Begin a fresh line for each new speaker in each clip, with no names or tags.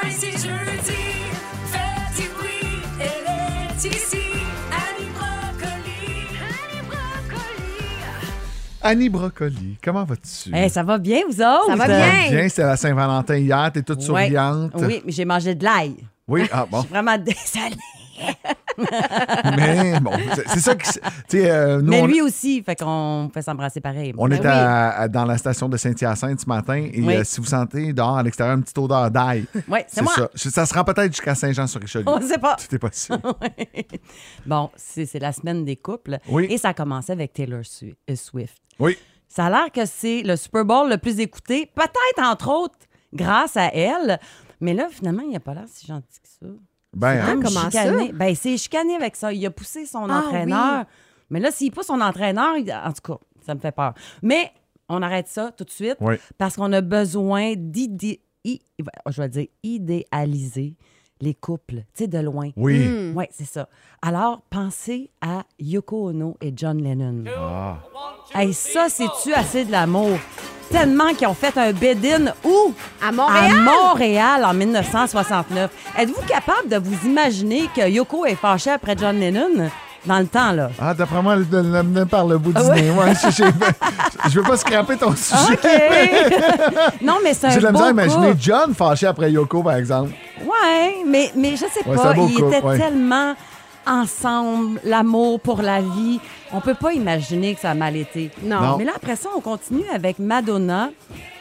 Demain c'est jeudi, faites du bruit, elle est ici, Annie Brocoli. Annie Brocoli.
Annie Brocoli, comment vas-tu?
Eh, ça va bien, vous autres?
Ça va
Ça
bien.
va bien, c'était la Saint-Valentin hier, t'es toute
Ouais.
Euh, souriante.
Oui, mais j'ai mangé de l'ail.
Oui, ah
Je
bon.
suis vraiment désolée.
Mais bon, c'est- c'est ça qui. s- Tu sais, euh, nous,
mais
on-
lui aussi, fait qu'on peut s'embrasser pareil.
on,
Ben
est
oui.
à- à- dans la station de Saint-Hyacinthe ce matin et
Oui.
euh, si vous sentez dehors à l'extérieur une petite odeur d'ail,
Oui, c'est
c'est
moi.
ça. Ça se rend peut-être jusqu'à Saint-Jean-sur-Richelieu.
On sait pas.
Tout est possible.
Bon, c'est c'est la semaine des couples.
Oui.
Et ça a commencé avec Taylor Su- euh, Swift.
Oui.
Ça a l'air que c'est le Super Bowl le plus écouté, peut-être entre autres grâce à elle. Mais là, finalement, il n'a pas l'air si gentil que ça.
Ben,
Ah,
hein,
comment ça?
chicané. Ben, il s'est chicané avec ça. Il a poussé son
Ah,
entraîneur. Mais là, s'il pousse son entraîneur, il- en tout cas, ça me fait peur. Mais on arrête ça tout de suite
Oui.
parce qu'on a besoin d'idéaliser, je vais dire, idéaliser les couples, tu sais, de loin.
oui.
Hmm.
Oui, c'est ça. Alors, pensez à Yoko Ono et John Lennon. Hey, ça, c'est-tu assez de l'amour? Tellement qu'ils ont fait un bed-in où?
À Montréal.
À Montréal en 1969. Êtes-vous capable de vous imaginer que Yoko est fâché après John Lennon dans le temps, là?
Ah, d'après moi, elle l'amener par le bout du
Ah
nez. Ouais, je, je- je veux pas scraper ton sujet.
OK! non, mais Ah c'est un
J'ai de la
beau
misère à imaginer
couple.
John fâché après Yoko, par exemple.
Ouais, mais, mais je sais
Ouais, c'est un
pas,
beau
ils
couple,
étaient
ouais.
tellement ensemble, l'amour pour la vie. On peut pas imaginer que ça a mal été.
Non.
Non.
Mais là, après ça, on continue avec Madonna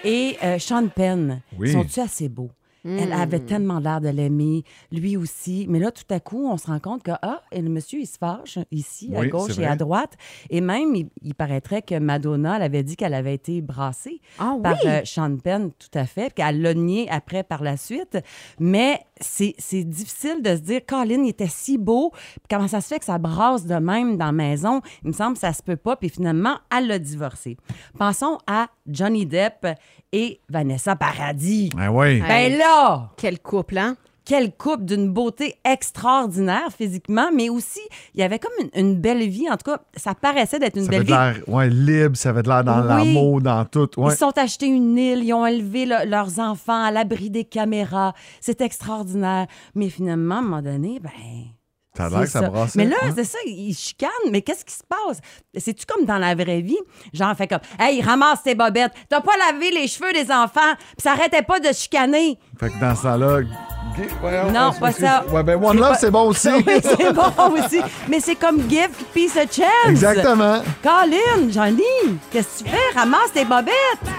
et euh, Sean Penn.
Oui.
Sont-ils assez beaux? Elle avait tellement l'air de l'aimer, lui aussi. Mais là, tout à coup, on se rend compte que, ah, et le monsieur, il se fâche ici, à
Oui,
gauche
c'est
et à
vrai.
droite. Et même, il, il paraîtrait que Madonna, elle avait dit qu'elle avait été brassée
Ah oui?
par euh, Sean Penn, tout à fait, puis qu'elle l'a nié après par la suite. Mais c'est c'est difficile de se dire, Colin, il était si beau, puis comment ça se fait que ça brasse de même dans la maison? Il me semble que ça se peut pas, puis finalement, elle l'a divorcé. Pensons à Johnny Depp et Vanessa Paradis.
Ben oui.
Ben là!
Quel couple, hein?
quelle coupe d'une beauté extraordinaire physiquement, mais aussi, il y avait comme une, une belle vie. En tout cas, ça paraissait d'être une
Ça
belle
avait de
vie.
l'air ouais, libre, ça avait de l'air dans
Oui.
l'amour, dans tout. Ouais.
Ils se sont achetés une île, ils ont élevé le- leurs enfants à l'abri des caméras. C'est extraordinaire. Mais finalement, à un moment donné, ben.
Ça a l'air
c'est
que ça brassait.
Mais là,
Hein?
c'est ça, ils chicanent, mais qu'est-ce qui se passe? C'est-tu comme dans la vraie vie? Genre, fait comme, hey, ramasse tes bobettes, t'as pas lavé les cheveux des enfants, puis ça arrêtait pas de chicaner.
Fait que dans ce temps-là. gay- ouais, ouais,
Non,
ouais,
pas
c'est-
ça.
Ouais, ben One Love,
pas-
c'est bon aussi.
Oui, c'est bon aussi. Mais c'est comme gift, piece of chance.
Exactement.
Colin, Johnny, qu'est-ce que tu fais? Ramasse tes bobettes.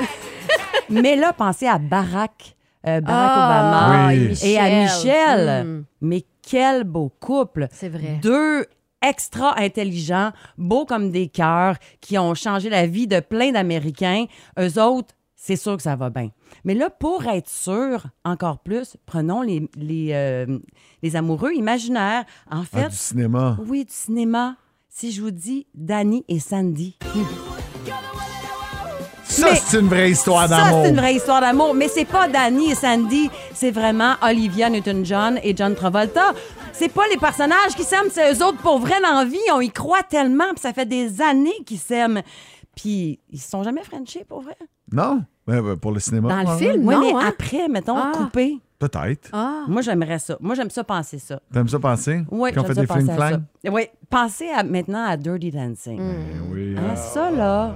Mais là, pensez à Barack, euh, Barack Obama
Oui.
et à Michel. Hmm.
Mm.
Mais quel beau couple.
C'est vrai.
Deux extra intelligents, beaux comme des cœurs, qui ont changé la vie de plein d'Américains. Eux autres, c'est sûr que ça va bien. Mais là, pour être sûr encore plus, prenons les, les, euh, les amoureux imaginaires. En
Ah,
fait,
du cinéma.
oui, du cinéma. Si je vous dis Danny et Sandy.
Ça,
Mais-
c'est une vraie histoire
Ça,
d'amour.
c'est une vraie histoire d'amour, mais c'est pas Danny et Sandy, c'est vraiment Olivia Newton-John et John Travolta. C'est pas les personnages qui s'aiment, c'est eux autres pour vrai dans la vie. On y croit tellement, puis ça fait des années qu'ils s'aiment. Puis ils se sont jamais frenchés pour vrai.
Non? Ouais, ouais, pour le cinéma.
Dans le
ouais,
film,
ouais.
Oui,
non,
mais
hein?
après, mettons,
Ah.
coupé.
Peut-être.
Ah.
Moi, j'aimerais ça. Moi, j'aime ça penser ça.
T'aimes ça penser?
Oui,
Qu'on
j'aime
fait
ça
des
penser à ça.
fling-flang?
Oui, pensez à- maintenant à Dirty Dancing.
Mm.
Eh Oui.
Ah, ça, là.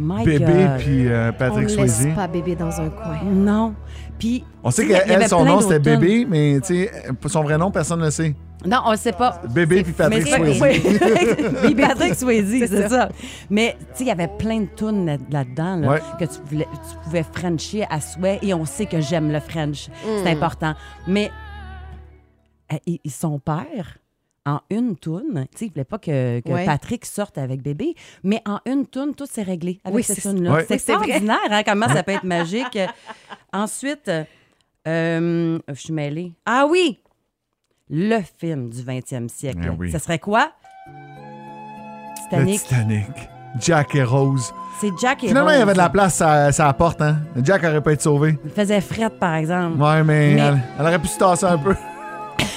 My
Bébé
God.
puis euh,
On ne
Patrick
laisse
Swayze.
pas bébé dans un coin.
Non. Puis.
On sait
tu sais, il y avait
qu'elle, son
plein
nom, c'était
d'automnes.
Bébé, mais tu sais, son vrai nom, personne ne le sait.
Non, on ne sait pas.
Bébé puis Patrick
Mais-
Swayze.
Oui. Oui, Patrick Swayze, c'est ça. Mais tu sais, il y avait plein de tunes là- là-dedans là,
Ouais.
que tu, voulais- tu pouvais Frencher à souhait. Et on sait que j'aime le French. C'est
Mm.
important. Mais euh, et- et son père, en une tune, tu sais, il voulait pas que, que
Ouais.
Patrick sorte avec bébé, mais en une tune, tout s'est réglé avec
Oui,
cette
c'est-
tune-là.
Ouais.
C'est
Oui, c'est vrai.
extraordinaire, hein, comment ça peut être magique. Euh, Ensuite, euh, euh, je suis mêlée. Ah oui! Le film du 20e siècle.
Ah oui.
Ça serait quoi? Titanic.
Le Titanic. Jack et Rose.
C'est Jack et
Finalement,
Rose.
il y avait de la place à sa porte, hein. Jack aurait pu être sauvé.
Il faisait fret, par exemple.
Ouais, mais,
Mais-
Elle, elle aurait pu se tasser un peu.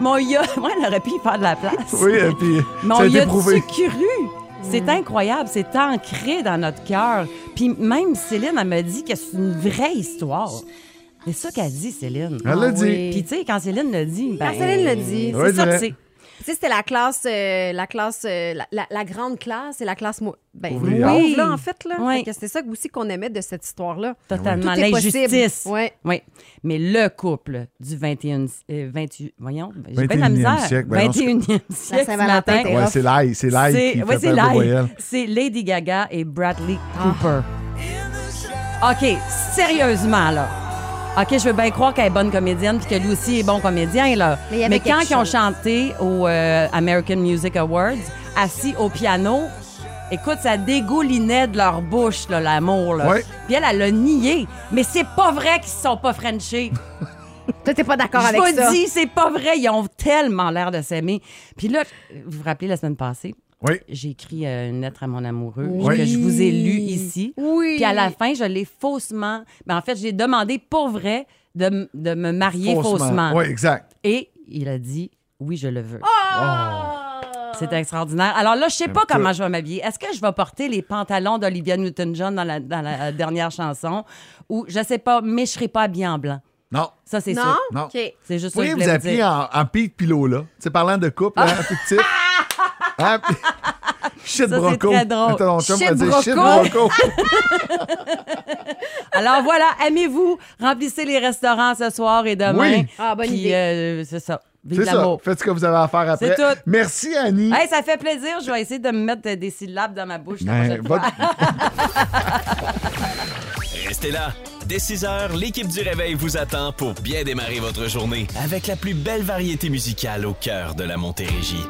Mon ya, moi, elle aurait pu y faire de la place.
Oui, et puis
Mais
ça
on
a
y
été
a
prouvé.
cru.
Mm.
C'est incroyable, c'est ancré dans notre cœur. Puis même Céline, elle me dit que c'est une vraie histoire. C'est ça qu'elle dit, Céline.
Elle l'a
Ah
dit.
oui.
Puis, tu sais, quand Céline le dit. ben,
Quand Céline le dit,
Ouais,
C'est ça que
direct.
c'est.
Tu sais, c'était la classe, euh, la classe, euh, la, la- la grande classe et la classe mo- ben,
Ouvrière.
mauve, là, en fait. Là.
Oui.
Fait que C'était ça aussi qu'on aimait de cette histoire-là.
Totalement.
Ah Tout est possible.
L'injustice.
Ouais.
Oui. Mais le couple du 21... euh, 28 voyons, j'ai bien de la
21e
misère.
siècle, ben non, je-
21e siècle ce
Saint-Valentin,
matin.
t'es
Ouais, c'est l'ail, c'est l'ail qui
ouais,
fait perdre
c'est
des
live.
voyelles.
C'est Lady Gaga et Bradley Cooper. OK, sérieusement, là. OK, je veux bien croire qu'elle est bonne comédienne puis que lui aussi est bon comédien, là.
Mais il y avait
quand
quelque
ils ont
chose.
chanté au euh, American Music Awards, assis au piano, écoute, ça dégoulinait de leur bouche, là, l'amour, là.
Ouais.
Puis elle, elle l'a nié. Mais c'est pas vrai qu'ils se sont pas Frenchés.
Toi, t'es pas d'accord
Je
avec
vous
ça.
dis, c'est pas vrai. Ils ont tellement l'air de s'aimer. Puis là, vous vous rappelez la semaine passée,
Oui.
j'ai écrit euh, une lettre à mon amoureux
Oui.
que je vous ai lue ici.
Oui.
Puis à la fin, je l'ai faussement. Ben, en fait, j'ai demandé pour vrai de, m- de me marier faussement.
Oui, Ah! exact.
Et il a dit oui, je le veux. C'est extraordinaire. Alors là, je sais pas
tout.
comment je vais m'habiller. Est-ce que je vais porter les pantalons d'Olivia Newton-John dans la, dans la, euh, dernière chanson ou je sais pas, mais je serai pas habillée en blanc.
Non.
Ça, c'est
Non?
sûr.
Non.
OK.
C'est juste ça que
Pourriez
je
vous
voulais vous
appeler
dire.
en, en Pete Pilot, là. Tu sais, parlant de couple, hein, fictif. Hein, puis- Shit
Ça, c'est
Broco.
très drôle.
Attends, Ton chum
Shit
va dire shit
Broco.
Broco.
Alors voilà, aimez-vous, remplissez les restaurants ce soir et demain.
Oui.
Ah, bonne
Puis,
idée.
euh, c'est ça. Vive
C'est ça.
l'amour.
Faites ce que vous avez à faire après.
C'est tout.
Merci, Annie.
Hey, ça fait plaisir. Je vais essayer de me mettre des syllabes dans ma bouche. la
Ben,
prochaine fois.
votre-
Restez là. Dès 6 heures, l'équipe du Réveil vous attend pour bien démarrer votre journée avec la plus belle variété musicale au cœur de la Montérégie.